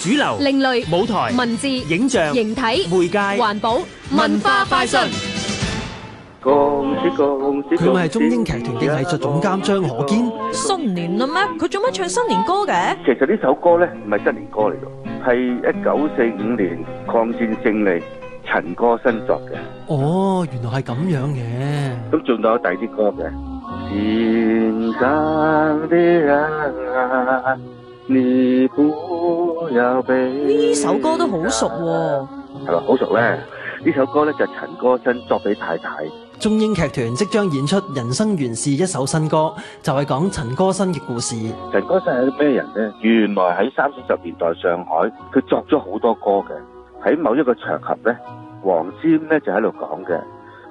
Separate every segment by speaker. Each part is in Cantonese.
Speaker 1: 主流、
Speaker 2: 另類
Speaker 1: 舞台、
Speaker 2: 文字、
Speaker 1: 影像、
Speaker 2: 形體、
Speaker 1: 媒介、
Speaker 2: 環保、文化快訊。
Speaker 3: 佢
Speaker 4: 佢咪係中英劇團嘅藝術總監張可堅？
Speaker 5: 新年啦咩？佢做乜唱新年歌嘅？
Speaker 3: 其實呢首歌咧唔係新年歌嚟嘅，係一九四五年抗戰勝利陳歌新作嘅。
Speaker 4: 哦，原來係咁樣嘅。
Speaker 3: 咁仲有第二啲歌嘅。善良的人啊，你不要被
Speaker 5: 呢首歌都好熟喎、
Speaker 3: 係咪好熟咧？呢首歌咧就係陳歌新作俾太太。
Speaker 4: 中英劇團即將演出《人生原是一首新歌》，就係講陳歌辛嘅故事。
Speaker 3: 陳歌辛係啲咩人呢？原來喺三四十年代上海，佢作咗好多歌嘅。喺某一個場合呢，黃霑呢就喺度講嘅：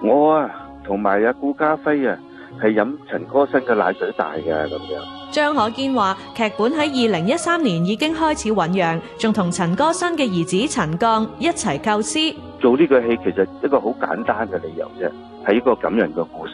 Speaker 3: 我啊，同埋啊顧嘉輝啊，係飲陳歌辛嘅奶水大嘅咁樣。
Speaker 5: 張可堅話：劇本喺二零一三年已經開始醖釀，仲同陳歌辛嘅兒子陳鋼一齊構思。
Speaker 3: 做呢個戲其實一個好簡單嘅理由啫，係一個感人嘅故事。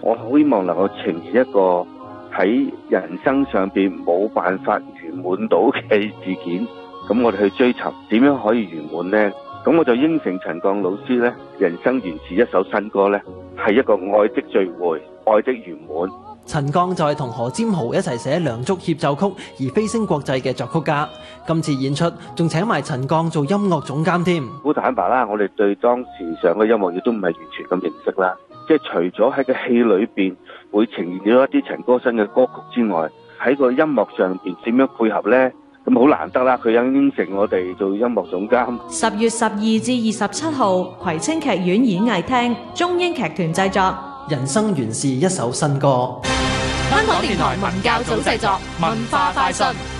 Speaker 3: 我好希望能夠呈現一個喺人生上邊冇辦法圓滿到嘅事件，咁我哋去追尋點樣可以圓滿呢？咁我就應承陳鋼老師呢，《人生原是一首新歌》呢，係一個愛的聚會，愛的圓滿。
Speaker 4: 陳剛就係同何占豪一齊寫《梁祝協奏曲》而飛升國際嘅作曲家。今次演出仲請埋陳剛做音樂總監添。
Speaker 3: 好坦白啦，我哋對當時上嘅音樂亦都唔係完全咁認識啦。即係除咗喺個戲裏邊會呈現咗一啲陳歌辛嘅歌曲之外，喺個音樂上邊點樣配合呢？咁好難得啦，佢肯應承我哋做音樂總監。
Speaker 5: 十月十二至二十七號，葵青劇院演藝廳，中英劇團製作。
Speaker 4: 人生原是一首新歌。
Speaker 2: 香港電台文教組製作，文化快訊。